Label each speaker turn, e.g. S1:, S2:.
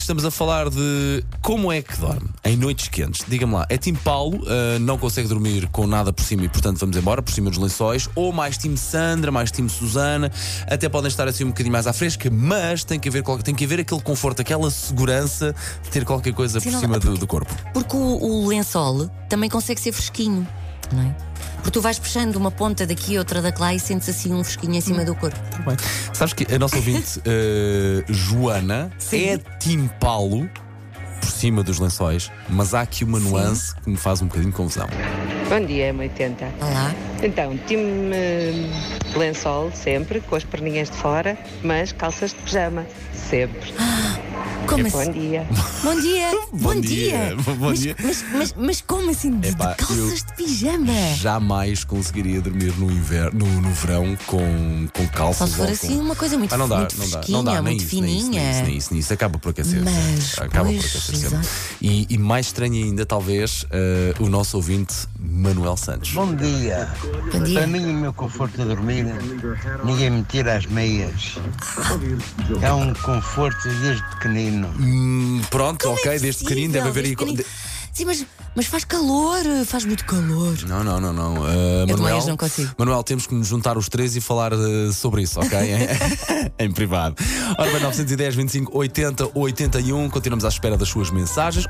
S1: estamos a falar de como é que dorme em noites quentes. Diga-me lá, é time Paulo, ah, não consegue dormir com nada por cima e, portanto, vamos embora, por cima dos lençóis, ou mais time Sandra, mais time Susana, até podem estar assim um bocadinho mais à fresca, mas tem que haver, qual- tem que haver aquele conforto, aquela segurança de ter qualquer coisa
S2: Sim,
S1: por
S2: não-
S1: cima
S2: ah,
S1: do, do corpo.
S2: Porque o, o lençol também consegue ser fresquinho, não é? Porque tu vais puxando uma ponta daqui, outra da lá e sentes assim um fresquinho em cima do corpo.
S1: Sabes que a nossa ouvinte, eh, Joana,
S2: Sim.
S1: é time Paulo por cima dos lençóis, mas há aqui uma nuance que me faz um bocadinho de confusão.
S3: Bom dia, M80.
S2: Olá.
S3: Então, time eh, lençol sempre, com as perninhas de fora, mas calças de pijama, sempre.
S2: Como
S3: Bom
S2: assim?
S3: dia.
S2: Bom dia!
S1: Bom dia. Bom
S2: mas,
S1: dia.
S2: Mas, mas- mas como assim? De, de
S1: Epá, eu-
S2: calças de pijama?
S1: Jamais conseguiria dormir no inverno, no, no verão, com, com
S2: Só
S1: calças
S2: se for
S1: ou
S2: assim
S1: com...
S2: uma coisa muito,
S1: Ah, não dá,
S2: muito
S1: não dá,
S2: fresquinha,
S1: não dá, nem
S2: muito
S1: isso, nem isso,
S2: fininha.
S1: nem isso, nem isso, nem isso. Acaba por aquecer.
S2: Mas,
S1: sempre. Acaba
S2: pois,
S1: por aquecer sempre.
S2: exato.
S1: E, e mais estranho ainda, talvez, eh, o nosso ouvinte, Manuel Santos.
S4: Bom dia.
S2: Bom dia.
S4: Para mim, o meu conforto a dormir, ninguém me tira as meias. É um conforto desde pequenino.
S1: Hum, pronto,
S2: Como é
S1: ok, desde pequenino deve
S2: possível?
S1: haver aí.
S2: Desde pequenino. Sim, mas, mas faz calor, faz muito calor.
S1: Não, não, não, não. Uh,
S2: de
S1: Manuel,
S2: manhãs não consigo.
S1: Manuel, temos que nos juntar os três e falar uh, sobre isso, ok? em, em privado. Ora bem, 910, 25, 80, 81. Continuamos à um, espera das suas mensagens.